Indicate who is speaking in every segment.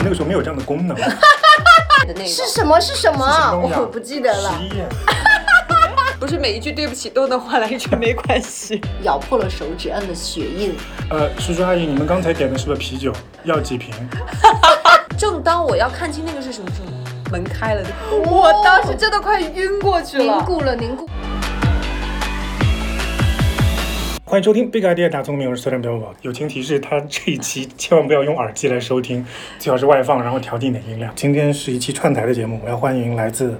Speaker 1: 那个时候没有这样的功能。
Speaker 2: 的那
Speaker 3: 是
Speaker 2: 个，
Speaker 3: 什么是什么
Speaker 1: 是什么东西啊
Speaker 3: 啊我不记得了
Speaker 1: 十。一页，
Speaker 2: 啊不是每一句对不起都能换来一句没关系。
Speaker 3: 咬破了手指，摁了血印。
Speaker 1: 呃，叔叔阿姨，你们刚才点的是不是啤酒？要几瓶？
Speaker 2: 正 当我要看清那个是什么时候，门开了，哦我当时真的快晕过去
Speaker 3: 凝
Speaker 2: 了。
Speaker 3: 固了，凝固。
Speaker 1: 欢迎收听《Big Idea 大聪明》，我是策展标宝。友情提示：他这一期千万不要用耳机来收听，最好是外放，然后调低你的音量。今天是一期串台的节目，我要欢迎来自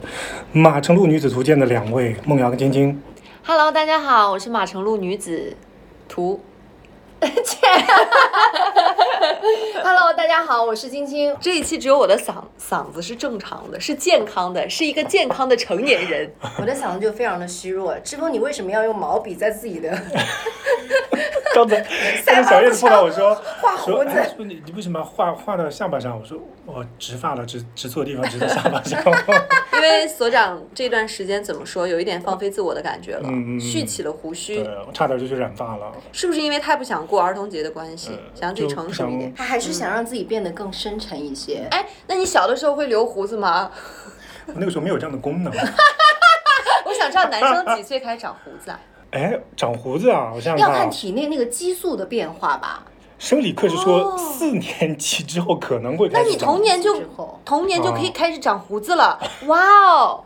Speaker 1: 马城路女子图鉴的两位梦瑶跟晶晶。
Speaker 2: Hello，大家好，我是马城路女子图。
Speaker 3: Hello，大家好，我是晶晶。
Speaker 2: 这一期只有我的嗓嗓子是正常的，是健康的，是一个健康的成年人。
Speaker 3: 我的嗓子就非常的虚弱。志峰，你为什么要用毛笔在自己的？
Speaker 1: 刚才刚才小叶子碰到我说，
Speaker 3: 画
Speaker 1: 说
Speaker 3: 胡子
Speaker 1: 哎说你你为什么要画画到下巴上？我说我植发了，植植错地方，植到下巴 上。
Speaker 2: 因为所长这段时间怎么说，有一点放飞自我的感觉了，
Speaker 1: 嗯嗯嗯
Speaker 2: 蓄起了胡
Speaker 1: 对
Speaker 2: 须，，
Speaker 1: 我差点就去染发了。
Speaker 2: 是不是因为太不想过儿童节的关系，
Speaker 1: 呃
Speaker 2: 想要自己
Speaker 1: 就
Speaker 2: 成
Speaker 1: 不
Speaker 2: 熟一
Speaker 1: 想
Speaker 2: 点？
Speaker 3: 他还是想让自己变得更深沉一些。
Speaker 2: 哎，那你小的时候会留胡子吗？
Speaker 1: 我那个时候没有这样 的功能。
Speaker 2: 我想知道男生几岁开始长胡子啊？
Speaker 1: 哎，长胡子啊！我想
Speaker 3: 要
Speaker 1: 想
Speaker 3: 看
Speaker 1: 看，
Speaker 3: 体内那个激素的变化吧。
Speaker 1: 生理课是说
Speaker 2: 哦
Speaker 1: 四年级之后可能会
Speaker 2: 那
Speaker 1: 开始
Speaker 2: 你
Speaker 1: 长
Speaker 2: 童。年就
Speaker 3: 之后
Speaker 2: 童年就可以开始长胡子了，啊哇哦，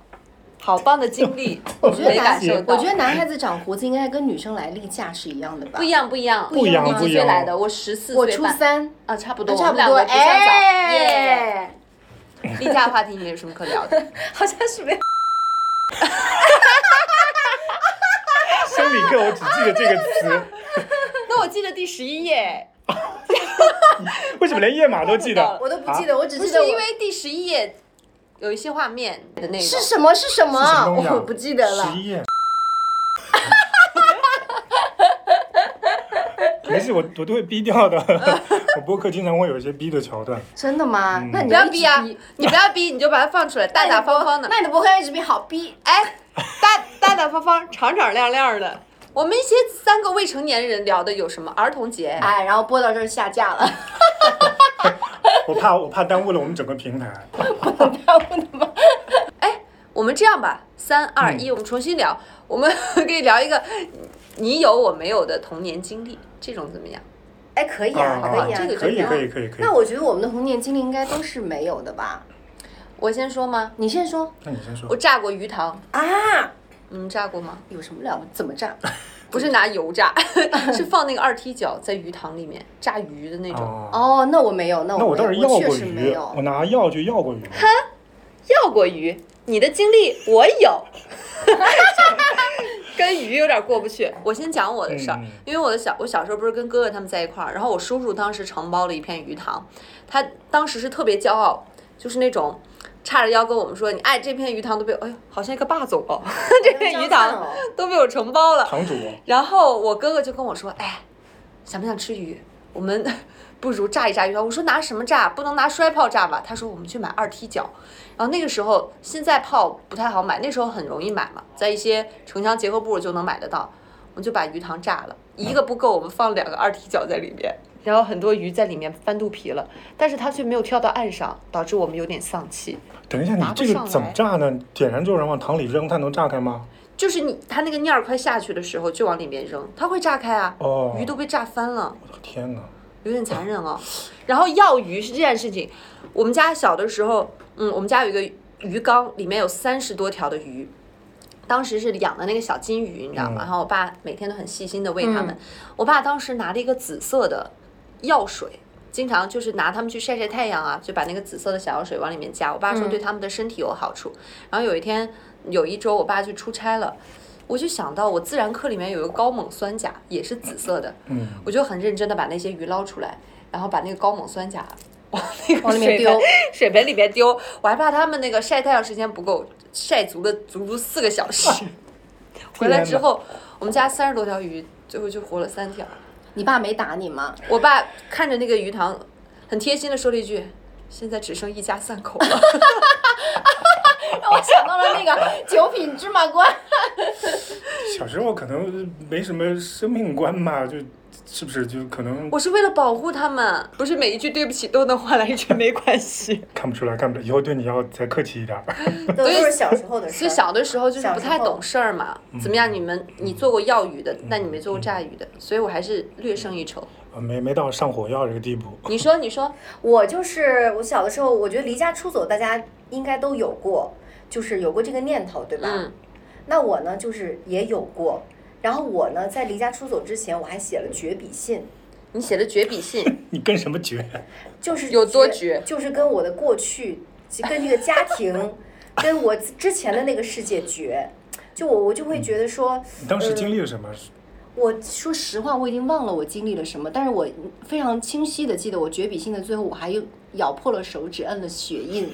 Speaker 2: 好棒的经历， 我
Speaker 3: 我觉得
Speaker 2: 没感
Speaker 3: 男
Speaker 2: 受，到。
Speaker 3: 我觉得男孩子长胡子应该跟女生来例假是一样的吧
Speaker 2: 不。一样，不一样，
Speaker 1: 不一样
Speaker 2: 你
Speaker 1: 不
Speaker 2: 几
Speaker 1: 一
Speaker 2: 岁
Speaker 1: 样
Speaker 2: 来的？我十四
Speaker 3: 我
Speaker 2: 岁
Speaker 3: 初
Speaker 2: 半
Speaker 3: 三，
Speaker 2: 啊，差不多，
Speaker 3: 差不
Speaker 2: 我
Speaker 3: 多。
Speaker 2: 们两个不相早。耶，
Speaker 3: 哎，
Speaker 2: 例假话题你们有什么可聊的？
Speaker 3: 好像是没有。
Speaker 1: 生理课我只记得 这个词，
Speaker 2: 那我记得第十一页，
Speaker 1: 为什么连页码都记
Speaker 2: 看
Speaker 1: 得
Speaker 2: 不？
Speaker 3: 我都不记得，我只
Speaker 2: 不
Speaker 3: 记
Speaker 2: 是
Speaker 3: 得我
Speaker 2: 因为第十一页有一些画面的那个。
Speaker 3: 是什么是什么，
Speaker 1: 是什么东西啊
Speaker 3: 我不记得了
Speaker 1: 十。一页。没事，我我都会逼掉的。 我播客经常会有一些逼的桥段。
Speaker 3: 真的吗？
Speaker 1: 嗯
Speaker 3: 那你
Speaker 2: 不要
Speaker 3: 一直
Speaker 2: 逼啊！你不要逼，你就把它放出来，大大方方的。
Speaker 3: 那你的博客要一直逼好逼。
Speaker 2: 哎，大大大方方、敞敞亮亮的。我们一些三个未成年人聊的有什么？儿童节，
Speaker 4: 嗯
Speaker 3: 哎，然后播到这儿下架了，
Speaker 1: 我怕我怕耽误了我们整个平台。
Speaker 3: 耽误你们。
Speaker 2: 我们这样吧，三二一，我们重新聊。我们 可以聊一个你有我没有的童年经历，这种怎么样？
Speaker 3: 哎，可以啊，
Speaker 1: 啊
Speaker 3: 可以啊，
Speaker 2: 这个
Speaker 1: 可以
Speaker 3: 啊
Speaker 1: 可以可以可以
Speaker 3: 那。我觉得我们的童年经历应该都是没有的吧？
Speaker 2: 我先说吗？
Speaker 3: 你先说
Speaker 1: 那你先说
Speaker 2: 我。炸过鱼塘，
Speaker 3: 啊，
Speaker 2: 你们炸过吗？
Speaker 3: 有什么了不？怎么炸？
Speaker 2: 不是拿油炸，是放那个二踢脚在鱼塘里面炸鱼的那种。
Speaker 1: 哦，
Speaker 3: 哦，那我没有，那
Speaker 1: 那
Speaker 3: 我
Speaker 1: 我
Speaker 3: 没有
Speaker 1: 倒是要
Speaker 3: 确
Speaker 1: 过
Speaker 3: 实没
Speaker 1: 鱼，我
Speaker 3: 有。
Speaker 1: 拿药去要过鱼。
Speaker 2: 要过鱼，你的经历我有， 跟鱼有点过不去。我先讲我的事儿
Speaker 1: 嗯，
Speaker 2: 因为我的小我小时候不是跟哥哥他们在一块儿，然后我叔叔当时承包了一片鱼塘，他当时是特别骄傲，就是那种。叉着腰跟我们说：“你哎，这片鱼塘都被……哎呦，好像一个霸总哦， 这片鱼塘都被我承包了。”
Speaker 1: 堂主，
Speaker 2: 然后我哥哥就跟我说：“哎，想不想吃鱼？我们不如炸一炸鱼。”我说：“拿什么炸？不能拿摔炮炸吧？”他说：“我们去买二踢脚。”然后那个时候，现在炮不太好买，那时候很容易买嘛，在一些城乡结合部就能买得到。我们就把鱼塘炸了，一个不够，我们放两个二踢脚在里面，然后很多鱼在里面翻肚皮了，但是它却没有跳到岸上，导致我们有点丧气。
Speaker 1: 等一下，你
Speaker 2: 拿不
Speaker 1: 这个
Speaker 2: 上
Speaker 1: 怎么
Speaker 2: 来
Speaker 1: 炸呢？点燃之后，然后往塘里扔，它能炸开吗？
Speaker 2: 就是你，它那个念儿快下去的时候就往里面扔，它会炸开啊，
Speaker 1: 哦，
Speaker 2: 鱼都被炸翻了。
Speaker 1: 天哪！
Speaker 2: 有点残忍哦。然后药鱼是这件事情，我们家小的时候，嗯，我们家有一个鱼缸，里面有三十多条的鱼。当时是养的那个小金鱼，你知道吗？
Speaker 1: 嗯
Speaker 2: 然后我爸每天都很细心的喂它们。我爸当时拿了一个紫色的药水，经常就是拿它们去晒晒太阳啊，就把那个紫色的小药水往里面加。我爸
Speaker 3: 嗯
Speaker 2: 说对它们的身体有好处。然后有一天有一周，我爸去出差了，我就想到我自然课里面有一个高锰酸钾，也是紫色的。
Speaker 1: 嗯，
Speaker 2: 我就很认真的把那些鱼捞出来，然后把那个高锰酸钾往那个
Speaker 3: 往里面
Speaker 2: 水
Speaker 3: 丢
Speaker 2: 盆水盆里面丢。我还怕它们那个晒太阳时间不够，晒足了足足四个小时。回来之后，我们家三十多条鱼，最后就活了三条。
Speaker 3: 你爸没打你吗？
Speaker 2: 我爸看着那个鱼塘，很贴心的说了一句：“现在只剩一家三口了。”
Speaker 4: 让我想到了 那个九品芝麻官。
Speaker 1: 小时候可能没什么生命观嘛，就是不是就可能
Speaker 2: 我是为了保护他们，不是每一句对不起都能换来一句没关系。
Speaker 1: 看不出来，看不出来。以后对你要再客气一点儿。
Speaker 3: 对，都是小时候的事
Speaker 2: 所
Speaker 3: 儿。
Speaker 2: 以小的时候就是
Speaker 3: 小
Speaker 2: 不
Speaker 3: 时
Speaker 2: 太
Speaker 3: 候
Speaker 2: 懂事儿嘛，怎么样？你们你做过药语的，但你没做过炸鱼的，所以我还是略胜一筹。
Speaker 1: 呃没没到上火药这个地步。
Speaker 2: 你说，你说，
Speaker 3: 我就是我小的时候，我觉得离家出走，大家应该都有过，就是有过这个念头，对吧？
Speaker 2: 嗯，
Speaker 3: 那我呢，就是也有过。然后我呢，在离家出走之前，我还写了绝笔信，
Speaker 2: 你写的绝笔信，
Speaker 1: 你跟什么绝？
Speaker 3: 就是
Speaker 2: 有多绝
Speaker 3: 就是跟我的过去，跟这个家庭， 跟我之前的那个世界绝。就我我就会觉得说，
Speaker 1: 你当时经历了什么？
Speaker 4: 我说实话，我已经忘了我经历了什么，但是我非常清晰的记得，我绝笔信的最后，我还又咬破了手指，摁了血印，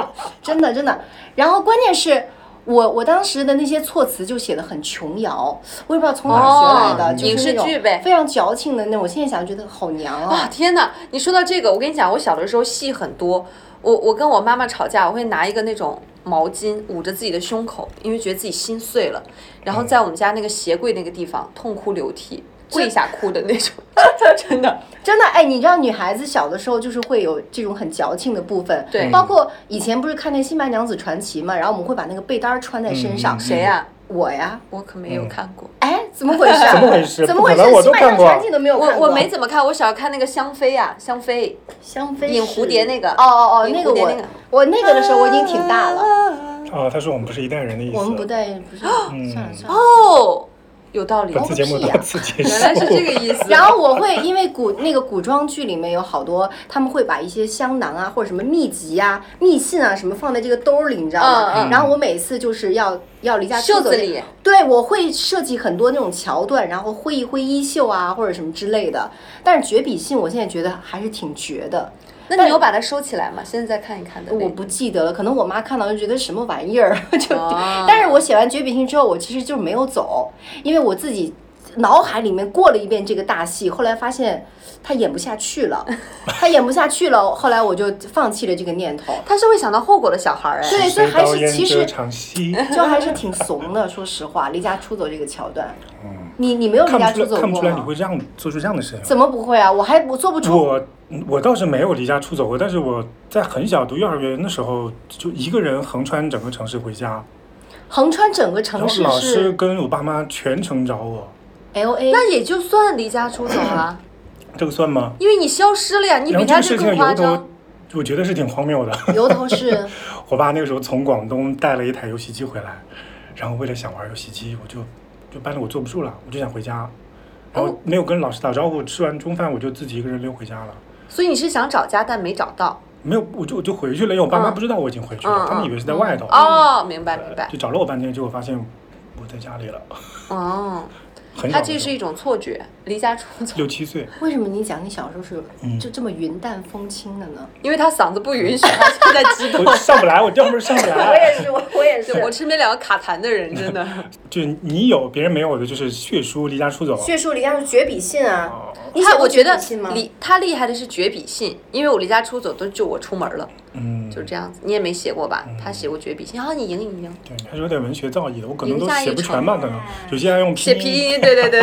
Speaker 4: 真的真的。然后关键是我我当时的那些措辞就写的很琼瑶，我也不知道从哪儿学来的，
Speaker 2: 哦
Speaker 4: 就
Speaker 2: 影
Speaker 4: 是
Speaker 2: 视
Speaker 4: 那
Speaker 2: 剧
Speaker 4: 种
Speaker 2: 呗
Speaker 4: 非常矫情的那种。我现在想觉得好娘
Speaker 2: 哇，
Speaker 4: 啊！
Speaker 2: 天哪！你说到这个，我跟你讲，我小的时候戏很多。我我跟我妈妈吵架，我会拿一个那种毛巾捂着自己的胸口，因为觉得自己心碎了，然
Speaker 4: 嗯
Speaker 2: 后在我们家那个鞋柜那个地方痛哭流涕，跪下哭的那 种，真的。
Speaker 4: 真的哎，你知道女孩子小的时候就是会有这种很矫情的部分，
Speaker 2: 对
Speaker 4: 包括以前不是看那《新白娘子传奇》嘛，然后我们会把那个被单儿穿在身上，
Speaker 1: 嗯嗯
Speaker 2: 谁呀、
Speaker 4: 我呀，
Speaker 2: 我可没有看过。
Speaker 4: 哎，怎么回事？
Speaker 1: 怎么回事
Speaker 4: 怎么回
Speaker 1: 不可
Speaker 4: 事？
Speaker 1: 能我
Speaker 4: 西
Speaker 1: 都
Speaker 4: 班
Speaker 1: 看
Speaker 4: 牙
Speaker 1: 过
Speaker 4: 传奇都没有看
Speaker 2: 我
Speaker 4: 过。
Speaker 2: 我没怎么看，我小时候看那个香妃呀、香妃
Speaker 4: 香妃
Speaker 2: 引
Speaker 4: 是
Speaker 2: 蝴蝶那个
Speaker 4: 哦哦哦，
Speaker 2: 引
Speaker 4: 那
Speaker 2: 蝴
Speaker 4: 个
Speaker 2: 蝶
Speaker 4: 我
Speaker 2: 那个
Speaker 4: 我那个的时候我已经挺大了，
Speaker 1: 啊，他说我们不是一代人的意思。
Speaker 4: 呃我们不带不是，
Speaker 1: 嗯
Speaker 4: 算了算了。
Speaker 2: 哦，有道理
Speaker 1: 本，次节目
Speaker 4: 屁呀
Speaker 1: 到此 结束。
Speaker 2: 原来是这个意思。
Speaker 4: 然后我会因为古那个古装剧里面有好多，他们会把一些香囊啊或者什么秘籍啊、密信啊什么放在这个兜儿里，你知道
Speaker 2: 嗯
Speaker 4: 吗？
Speaker 2: 嗯
Speaker 4: 然后我每次就是要要离家出
Speaker 2: 袖
Speaker 4: 走
Speaker 2: 子里，
Speaker 4: 对我会设计很多那种桥段，然后挥一挥衣袖啊或者什么之类的。但是绝笔信我现在觉得还是挺绝的，
Speaker 2: 那你有把它收起来吗？现在再看一看的那
Speaker 4: 我
Speaker 2: 个。
Speaker 4: 不记得了，可能我妈看到就觉得什么玩意儿，就、
Speaker 2: 哦
Speaker 4: 但是我写完绝笔信之后，我其实就没有走，因为我自己脑海里面过了一遍这个大戏，后来发现他演不下 去了，他演不下去了，后来我就放弃了这个念头，
Speaker 2: 他是会想到后果的小孩儿哎。
Speaker 4: 对所以还是
Speaker 1: 谁导演
Speaker 4: 其实
Speaker 1: 这场 戏
Speaker 4: 就还是挺怂的，说实话，离家出走这个桥段，你你没有离
Speaker 1: 嗯看
Speaker 4: 家
Speaker 1: 不出
Speaker 4: 出
Speaker 1: 来，
Speaker 4: 走
Speaker 1: 看不
Speaker 4: 过
Speaker 1: 出来你
Speaker 4: 吗？
Speaker 1: 会这样做出这样的事情。
Speaker 4: 怎么不会啊？我还我做不出，
Speaker 1: 我我倒是没有离家出走过，但是我在很小读幼儿园的时候，就一个人横穿整个城市回家，
Speaker 4: 横穿整个
Speaker 1: 然
Speaker 4: 城
Speaker 1: 后
Speaker 4: 市
Speaker 1: 老师
Speaker 4: 是
Speaker 1: 跟我爸妈全程找我，
Speaker 4: L A，
Speaker 2: 那也就算离家出走 了，
Speaker 1: 这个算吗？
Speaker 2: 因为你消失了呀，你
Speaker 1: 然后
Speaker 2: 比
Speaker 1: 这
Speaker 2: 他
Speaker 1: 个
Speaker 2: 这
Speaker 1: 事情的
Speaker 2: 更夸
Speaker 1: 由头
Speaker 2: 张。，
Speaker 1: 我觉得是挺荒谬的。
Speaker 4: 由头是
Speaker 1: 我爸那个时候从广东带了一台游戏机回来，然后为了想玩游戏机，我就就搬了我坐不住了，我就想回家，然
Speaker 2: 哦
Speaker 1: 后没有跟老师打招呼，吃完中饭我就自己一个人溜回家了。
Speaker 2: 所以你是想找家，但没找到。
Speaker 1: 没有，我就我就回去了，因为我爸妈
Speaker 2: 嗯
Speaker 1: 不知道我已经回去了，
Speaker 2: 嗯
Speaker 1: 他们
Speaker 2: 嗯
Speaker 1: 以为是在外头，
Speaker 2: 哦，明白明白。
Speaker 1: 就找了我半天，结果发现我在家里了，
Speaker 2: 哦，
Speaker 1: 很小
Speaker 2: 他
Speaker 1: 的时
Speaker 2: 这
Speaker 1: 候，
Speaker 2: 是一种错觉，离家出走，
Speaker 1: 六七 岁，
Speaker 4: 为什么你讲你小时候是
Speaker 1: 嗯
Speaker 4: 就这么云淡风轻的呢？
Speaker 2: 因为他嗓子不允许，他现在 激动。
Speaker 1: 我上不来，我调门上 不
Speaker 3: 我
Speaker 1: 来。
Speaker 3: 也是，我我也是。
Speaker 2: 我身边两个卡痰的人，真的。
Speaker 1: 就你有别人没有的，就是血书离家出走。
Speaker 3: 血书离家是绝笔信啊，
Speaker 1: 哦
Speaker 3: 你写
Speaker 2: 他
Speaker 3: 过
Speaker 2: 我觉
Speaker 3: 绝
Speaker 2: 得
Speaker 3: 笔信吗？
Speaker 2: 厉他厉害的是绝笔信，因为我离家出走都就我出门了，
Speaker 1: 嗯，
Speaker 2: 就是这样子。你也没写过吧？他写过绝笔信，啊，你赢你赢，
Speaker 1: 对，还是有点文学造诣的，我可能都
Speaker 2: 赢家一
Speaker 1: 写不全吧，
Speaker 2: 筹
Speaker 1: 可能有些还用
Speaker 2: 写
Speaker 1: 拼
Speaker 2: 拼音，对对对。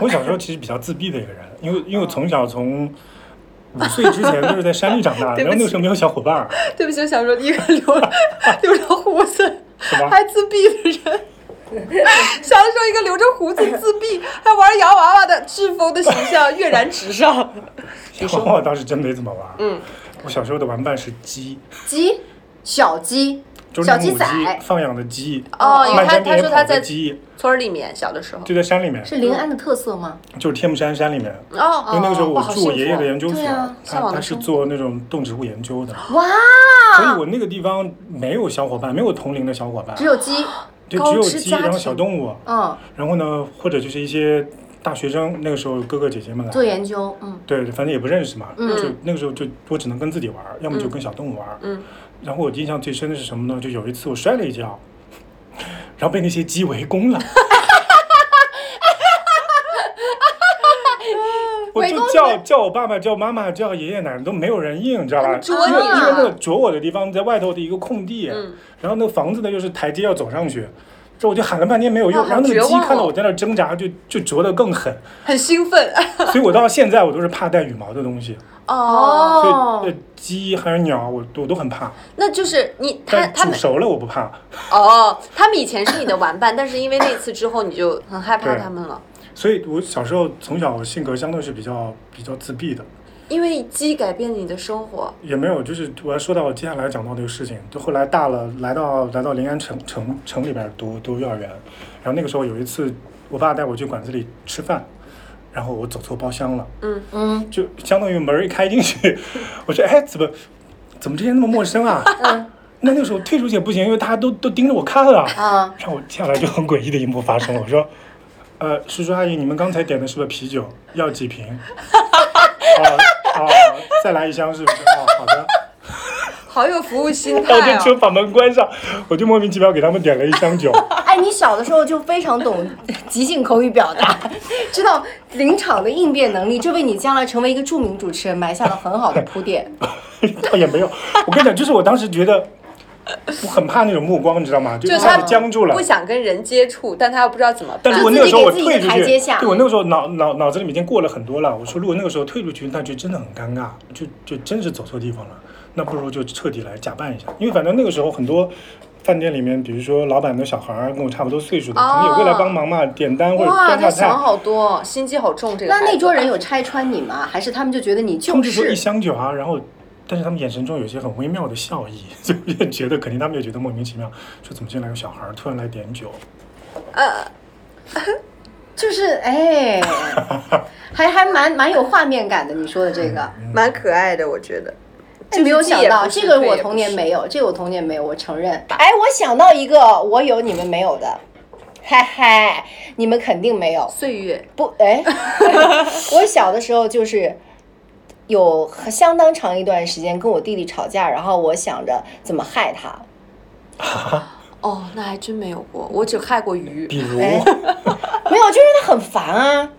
Speaker 1: 我小时候其实比较自闭的一个人，因
Speaker 2: 哦
Speaker 1: 为因为我从小从五岁之前都是在山里长大的，
Speaker 2: 对
Speaker 1: 然后那
Speaker 2: 不起
Speaker 1: 个时候没有小伙伴儿，
Speaker 2: 对不起，我想说一个留留着胡子
Speaker 1: 是吧？
Speaker 2: 还自闭的人，小的时候一个留着胡子自闭还玩洋娃娃的志峰的形象跃然纸上。你
Speaker 1: 小
Speaker 2: 说
Speaker 1: 娃娃倒是真没怎么玩。
Speaker 2: 嗯，
Speaker 1: 我小时候的玩伴是鸡，
Speaker 4: 鸡，小鸡，
Speaker 1: 就是
Speaker 4: 小
Speaker 1: 那母
Speaker 4: 鸡
Speaker 1: 鸡
Speaker 4: 仔，
Speaker 1: 放养的鸡，
Speaker 2: 哦，因为
Speaker 1: 漫
Speaker 2: 他
Speaker 1: 山遍
Speaker 2: 他
Speaker 1: 野
Speaker 2: 说他
Speaker 1: 跑的
Speaker 2: 在
Speaker 1: 鸡，
Speaker 2: 村儿里面小的时候，
Speaker 1: 就在山里面，
Speaker 4: 是临安的特色吗？
Speaker 1: 就是天目山山里面。
Speaker 2: 哦哦，
Speaker 1: 因为那个时候我
Speaker 2: 哇好
Speaker 1: 住
Speaker 2: 幸
Speaker 1: 我
Speaker 2: 福
Speaker 1: 爷爷的研究所
Speaker 4: 对啊，
Speaker 2: 向
Speaker 1: 他
Speaker 2: 往的
Speaker 1: 他是
Speaker 2: 生活
Speaker 1: 做那种动植物研究的，
Speaker 4: 哇，
Speaker 1: 所以我那个地方没有小伙伴，没有同龄的小伙伴
Speaker 4: 只，有鸡，
Speaker 1: 就
Speaker 2: 高
Speaker 1: 只有
Speaker 2: 知
Speaker 1: 鸡，
Speaker 2: 家
Speaker 1: 然后
Speaker 2: 庭
Speaker 1: 小动物，
Speaker 4: 嗯，
Speaker 1: 然后呢，或者就是一些大学生，那个时候哥哥姐姐们来
Speaker 4: 做研究，嗯，
Speaker 1: 对，反正也不认识嘛，
Speaker 4: 嗯
Speaker 1: 就那个时候就我只能跟自己玩儿，要么就跟小动物玩儿。
Speaker 2: 嗯
Speaker 1: 然后我印象最深的是什么呢？就有一次我摔了一跤，然后被那些鸡围攻 了。我就叫叫叫我爸爸、叫妈妈、叫爷爷奶奶都没有人应，你知道吧？
Speaker 2: 啄
Speaker 1: 因为
Speaker 2: 你啊
Speaker 1: 因为那个啄我的地方在外头的一个空地，
Speaker 2: 嗯
Speaker 1: 然后那个房子呢又是台阶要走上去，这我就喊了半天没有用，
Speaker 2: 哇
Speaker 1: 然后那
Speaker 2: 好绝
Speaker 1: 个鸡
Speaker 2: 望哦
Speaker 1: 看到我在那儿挣扎，就就啄得更狠，
Speaker 2: 很兴奋
Speaker 1: 所以我到现在我都是怕带羽毛的东西，
Speaker 2: 哦，
Speaker 1: 所以
Speaker 4: 哦
Speaker 1: 呃，鸡还有鸟我我都很怕，
Speaker 2: 那就是你他
Speaker 1: 但
Speaker 2: 他
Speaker 1: 煮
Speaker 2: 们
Speaker 1: 熟了我不怕。
Speaker 2: 哦，他们以前是你的玩伴，但是因为那次之后你就很害怕
Speaker 1: 对
Speaker 2: 他们了，
Speaker 1: 所以我小时候从小性格相对是比较比较自闭的，
Speaker 2: 因为鸡改变了你的生活，
Speaker 1: 也没有，就是我要说到我接下来讲到这个事情，就后来大了，来到来到临安城城城里边读读幼儿园，然后那个时候有一次，我爸带我去馆子里吃饭，然后我走错包厢了，
Speaker 4: 嗯，
Speaker 1: 就相当于门一开进去，我说哎怎么怎么这些那么陌生啊？那那个时候退出去也不行，因为大家都都盯着我看啊。
Speaker 4: 啊，
Speaker 1: 然后接下来就很诡异的一幕发生了，我说，呃，叔叔阿姨，你们刚才点的是不是啤酒？要几瓶？啊啊，再来一箱是不是？哦，好的。
Speaker 2: 好有服务心
Speaker 1: 然后
Speaker 2: 态
Speaker 1: 就车
Speaker 2: 哦。
Speaker 1: 把门关上，我就莫名其妙给他们点了一箱酒。
Speaker 4: 哎，你小的时候就非常懂即兴口语表达， 知道临场的应变能力，这为你将来成为一个著名主持人埋下了很好的铺垫。
Speaker 1: 倒也没有，我跟你讲，就是我当时觉得我很怕那种目光，你知道吗？就
Speaker 2: 就
Speaker 1: 一
Speaker 2: 是
Speaker 1: 下
Speaker 2: 他
Speaker 1: 子僵住了
Speaker 2: 不。想跟人接触，但他又不知道怎么办
Speaker 1: 但。如果那个时候我退
Speaker 4: 就自己给自己
Speaker 1: 出
Speaker 4: 台
Speaker 1: 去，
Speaker 4: 阶下
Speaker 1: 对我那个时候脑脑脑子里面已经过了很多了。我说如果那个时候退出去，那就真的很尴尬，就就真是走错地方了。那不如就彻底来假扮一下，因为反正那个时候很多饭店里面，比如说老板的小孩儿跟我差不多岁数的，可能
Speaker 4: 哦
Speaker 1: 也会来帮忙嘛，点单或者
Speaker 2: 哇，
Speaker 1: 端下
Speaker 2: 他
Speaker 1: 菜
Speaker 2: 想。好多，心机好重。这个
Speaker 4: 那
Speaker 2: 孩
Speaker 4: 那
Speaker 2: 子
Speaker 4: 桌人有拆穿你吗？还是他们就觉得你
Speaker 1: 他
Speaker 4: 就
Speaker 1: 们就说一
Speaker 4: 是？
Speaker 1: 箱酒啊，然后，但是他们眼神中有些很微妙的笑意， 就也觉得肯定他们也觉得莫名其妙，说怎么进来个小孩儿突然来点酒，
Speaker 4: 就是哎，还还蛮蛮有画面感的。你说的这个，
Speaker 2: 蛮可爱的，我觉得。
Speaker 4: 哎，没有想到这个我童年
Speaker 2: 没。
Speaker 4: 没有，这个我童年没有，我承认。哎，我想到一个我有你们没有的，嗨嗨，你们肯定没有。
Speaker 2: 岁月，
Speaker 4: 不， 哎，我小的时候就是有很相当长一段时间跟我弟弟吵架，然后我想着怎么害他。
Speaker 2: 哦，那还真没有过，我只害过鱼。
Speaker 1: 比如，
Speaker 4: 哎 没有，就是他很烦啊，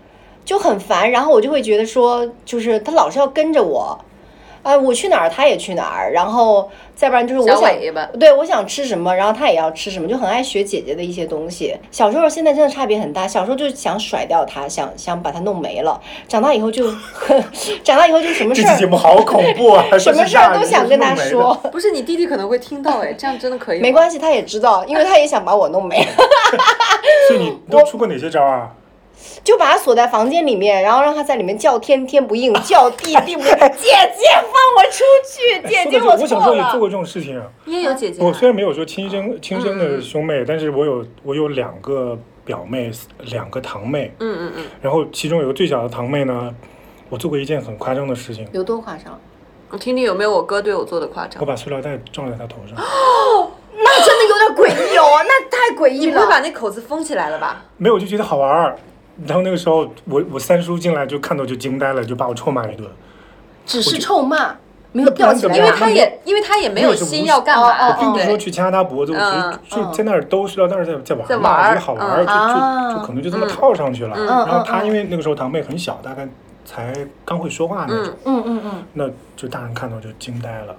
Speaker 4: 就很烦。然后我就会觉得说，就是他老是要跟着我，哎，我去哪儿他也去哪儿，然后再不然就是我
Speaker 2: 小
Speaker 4: 想
Speaker 2: 尾巴
Speaker 4: 对我想吃什么，然后他也要吃什么，就很爱学姐姐的一些东西。小时候现在真的差别很大，小时候就想甩掉他，想想把他弄没了，长大以后就 长大以后就什么
Speaker 1: 这
Speaker 4: 事
Speaker 1: 期节
Speaker 4: 儿
Speaker 1: 目好恐怖啊！
Speaker 4: 什么事儿都想跟他
Speaker 1: 说是吓人
Speaker 4: 说。
Speaker 2: 不是你弟弟可能会听到哎，这样真的可以吗？
Speaker 4: 没关系，他也知道，因为他也想把我弄没了。
Speaker 1: 所以你都出过哪些招啊？
Speaker 4: 就把他锁在房间里面，然后让他在里面叫天天不应，叫地地不应。姐姐放我出 去，姐
Speaker 1: 哎说
Speaker 4: 姐
Speaker 1: 到这我小时
Speaker 4: 错
Speaker 1: 候也做
Speaker 4: 了。嗯
Speaker 1: 过这种事情啊。
Speaker 2: 你也有姐姐啊、
Speaker 1: 我虽然没有说亲生亲生
Speaker 2: 嗯嗯
Speaker 1: 的
Speaker 2: 嗯
Speaker 1: 兄妹，但是我有我有两个表妹，两个堂妹，
Speaker 2: 嗯嗯嗯
Speaker 1: 然后其中有个最小的堂妹呢，我做过一件很夸张的事情，
Speaker 4: 有多夸张？
Speaker 2: 我听听有没有我哥对我做的夸张
Speaker 1: 我。把塑料袋撞在她头上。
Speaker 4: 那真的有点诡异哦，那太诡异
Speaker 2: 你不会把那口子封起来了吧？
Speaker 1: 没有，我就觉得好玩儿。然后那个时候，我我三叔进来就看到就惊呆了，就把我臭骂一顿。
Speaker 2: 哦
Speaker 4: 只是臭骂，没有
Speaker 1: 那不然
Speaker 4: 吊起来。
Speaker 1: 怎
Speaker 2: 因
Speaker 1: 么
Speaker 2: 为
Speaker 1: 样
Speaker 2: 他也因为他也没有心要干
Speaker 4: 哦
Speaker 1: 我
Speaker 4: 哦
Speaker 2: 嘛，
Speaker 1: 并不是说
Speaker 2: 对，
Speaker 1: 去掐他脖子，我
Speaker 2: 嗯
Speaker 1: 只是就在那儿兜塑料袋儿在在玩
Speaker 2: 在
Speaker 1: 儿嘛，我
Speaker 2: 玩儿
Speaker 1: 觉得好玩儿，就
Speaker 2: 嗯
Speaker 1: 就
Speaker 4: 啊
Speaker 1: 就可能就这么套上去了。
Speaker 2: 嗯
Speaker 1: 然后
Speaker 4: 嗯嗯
Speaker 1: 他
Speaker 4: 嗯
Speaker 1: 因为那个时候堂妹很小，大概才刚会说话那种，
Speaker 4: 嗯嗯嗯，
Speaker 1: 那就大人看到就惊呆了。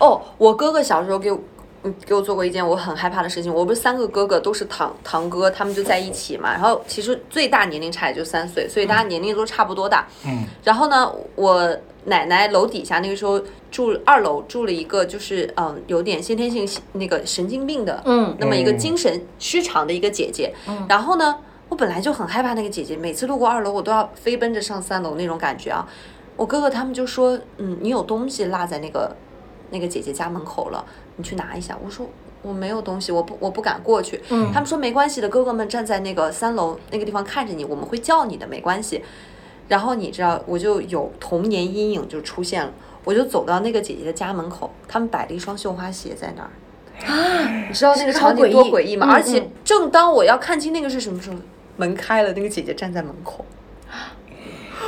Speaker 2: 哦，我哥哥小时候给我。嗯，给我做过一件我很害怕的事情。我不是三个哥哥都是堂堂哥，他们就在一起嘛。然后其实最大年龄差也就三岁，所以大家年龄都差不多大。
Speaker 1: 嗯，
Speaker 2: 然后呢，我奶奶楼底下那个时候住二楼，住了一个就是嗯有点先天性那个神经病的，
Speaker 4: 嗯，
Speaker 2: 那么一个
Speaker 1: 嗯
Speaker 2: 精神失常的一个姐姐。然后呢，我本来就很害怕那个姐姐，每次路过二楼我都要飞奔着上三楼那种感觉啊。我哥哥他们就说，嗯，你有东西落在那个那个姐姐家门口了，你去拿一下。我说我没有东西，我不我不敢过去。
Speaker 4: 嗯
Speaker 2: 他们说没关系的，哥哥们站在那个三楼那个地方看着你，我们会叫你的，没关系。然后你知道，我就有童年阴影就出现了，我就走到那个姐姐的家门口，他们摆了一双绣花鞋在那儿。啊，你知道那个场景多诡异吗？
Speaker 4: 好诡异
Speaker 2: 而
Speaker 4: 嗯
Speaker 2: 且
Speaker 4: 嗯
Speaker 2: 正当我要看清那个是什么时候，门开了，那个姐姐站在门口，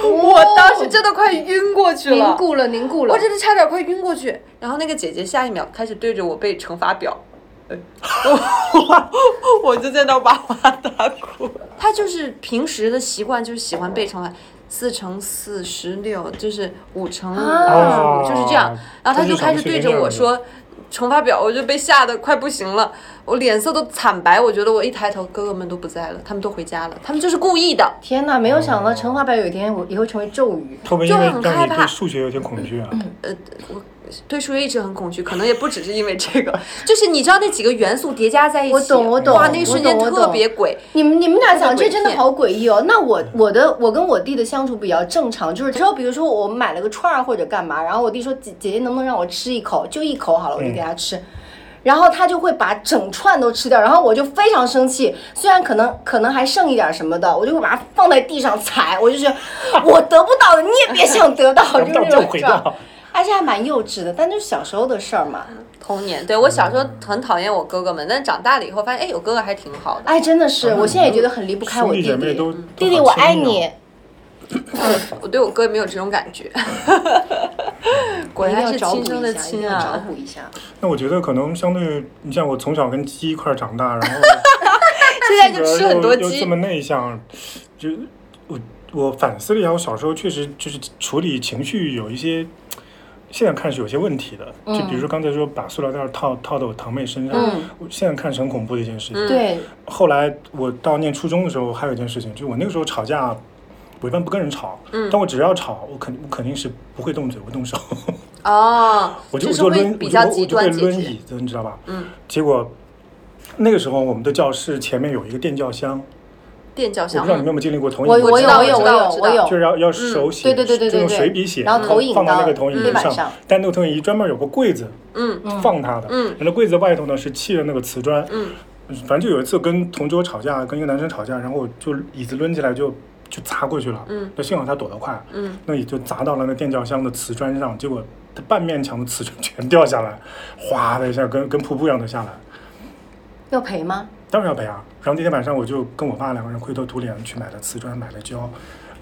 Speaker 4: 哦
Speaker 2: 我当时真的快晕过去了
Speaker 4: 凝，固了，凝固了
Speaker 2: 我。真的差点快晕过去。然后那个姐姐下一秒开始对着我背乘法表，哎我就在那哇哇大哭。她就是平时的习惯就是喜欢背乘法，四乘四十六，就是五乘五，
Speaker 4: 啊
Speaker 2: 就是这样。然后他就开始对着我说乘法表，我就被吓得快不行了，我脸色都惨白。我觉得我一抬头，哥哥们都不在了，他们都回家了，他们就是故意的。
Speaker 4: 天哪，没有想到乘法表有一天我也会成为咒语。
Speaker 1: 会不会因为
Speaker 2: 就很
Speaker 1: 让
Speaker 2: 害
Speaker 1: 你 对
Speaker 2: 怕
Speaker 1: 数学有点恐惧啊？
Speaker 2: 对数学一直很恐惧，可能也不只是因为这个， 就是你知道那几个元素叠加在一起，
Speaker 4: 我懂，我懂，
Speaker 2: 哇，那一瞬间
Speaker 4: 我懂
Speaker 2: 特别。诡。
Speaker 4: 你们你们俩讲
Speaker 2: 特别诡
Speaker 4: 这真的
Speaker 2: 异
Speaker 4: 好诡异哦。那
Speaker 1: 嗯
Speaker 4: 我我的我跟我弟的相处比较正常，就是之后比如说我买了个串儿或者干嘛，然后我弟说姐姐姐能不能让我吃一口，就一口好了，我就
Speaker 1: 嗯
Speaker 4: 给他吃。然后他就会把整串都吃掉，然后我就非常生气。虽然可能可能还剩一点什么的，我就会把它放在地上踩，我就是我得不到的，你也别想得到，
Speaker 1: 得
Speaker 4: 就
Speaker 1: 不
Speaker 4: 是
Speaker 1: 到
Speaker 4: 那
Speaker 1: 就
Speaker 4: 种
Speaker 1: 回
Speaker 4: 状
Speaker 1: 到。
Speaker 4: 而且还蛮幼稚的，但就是小时候的事儿嘛。
Speaker 2: 童年，对我小时候很讨厌我哥哥们，但长大了以后发现，哎，有哥哥还挺好的。
Speaker 4: 哎，真的是，我现在也觉得很离不开我
Speaker 1: 嗯兄弟
Speaker 4: 弟
Speaker 1: 姐妹
Speaker 4: 弟。
Speaker 1: 都
Speaker 4: 弟弟，我爱
Speaker 1: 哦
Speaker 4: 你。。
Speaker 2: 我对我哥没有这种感觉。果
Speaker 4: 一定
Speaker 2: 然
Speaker 4: 要
Speaker 2: 是
Speaker 4: 找补
Speaker 2: 亲
Speaker 4: 一
Speaker 2: 生
Speaker 4: 下，
Speaker 2: 的
Speaker 4: 一定
Speaker 2: 亲
Speaker 4: 要找
Speaker 2: 啊！
Speaker 4: 补一下。
Speaker 1: 那我觉得可能相对，你像我从小跟鸡一块儿长大，然后
Speaker 2: 现在就吃很多
Speaker 1: 又又这
Speaker 2: 鸡
Speaker 1: 么，内向，就我我反思了一下，我小时候确实就是处理情绪有一些，现在看是有些问题的。就
Speaker 2: 嗯
Speaker 1: 比如说刚才说把塑料袋套套到我堂妹身上，
Speaker 4: 嗯
Speaker 1: 我现在看是很恐怖的一件事情。
Speaker 2: 嗯
Speaker 4: 对，
Speaker 1: 后来我到念初中的时候，还有一件事情，就我那个时候吵架，我一般不跟人吵，
Speaker 2: 嗯
Speaker 1: 但我只要吵，我肯我肯定是不会动嘴，我动手。
Speaker 2: 哦，
Speaker 1: 我就
Speaker 2: 就
Speaker 1: 我
Speaker 2: 是
Speaker 1: 就
Speaker 2: 会
Speaker 1: 抡，
Speaker 2: 比较
Speaker 1: 我就
Speaker 2: 极
Speaker 1: 我就会
Speaker 2: 端解
Speaker 1: 抡
Speaker 2: 决
Speaker 1: 椅。子，你知道吧？
Speaker 2: 嗯。
Speaker 1: 结果那个时候我们的教室前面有一个电教箱，
Speaker 2: 垫脚
Speaker 1: 我不
Speaker 2: 箱
Speaker 1: 知道，你们有没有经历过投
Speaker 4: 我
Speaker 1: 影仪
Speaker 4: 我有
Speaker 2: 知道
Speaker 4: 有
Speaker 2: 我
Speaker 4: 我
Speaker 2: 知道
Speaker 4: 有
Speaker 2: 我知
Speaker 4: 我
Speaker 2: 道
Speaker 1: 就
Speaker 4: 有，
Speaker 1: 是要要手写，
Speaker 4: 对对对对
Speaker 1: 就用
Speaker 4: 对
Speaker 1: 水笔写，
Speaker 4: 然后投影
Speaker 1: 放到
Speaker 4: 到
Speaker 1: 那个投影
Speaker 4: 黑
Speaker 1: 仪
Speaker 4: 板
Speaker 1: 上
Speaker 4: 上。
Speaker 1: 但那个投影仪专门有个柜子
Speaker 2: 嗯
Speaker 1: 放它的，
Speaker 2: 嗯
Speaker 1: 那柜子外头呢是砌的那个瓷砖。
Speaker 2: 嗯，
Speaker 1: 反正就有一次跟同桌吵架，跟一个男生吵架，然后我就椅子抡起来就就砸过去了。
Speaker 2: 嗯，
Speaker 1: 那幸好他躲得快，
Speaker 2: 嗯，
Speaker 1: 那也就砸到了那电教箱的瓷砖上，结果它半面墙的瓷砖全掉下来，哗的一下跟跟瀑布一样的下来。
Speaker 4: 要赔吗？
Speaker 1: 当然要赔啊！然后那天晚上我就跟我爸两个人灰头土脸去买了瓷砖，买了胶，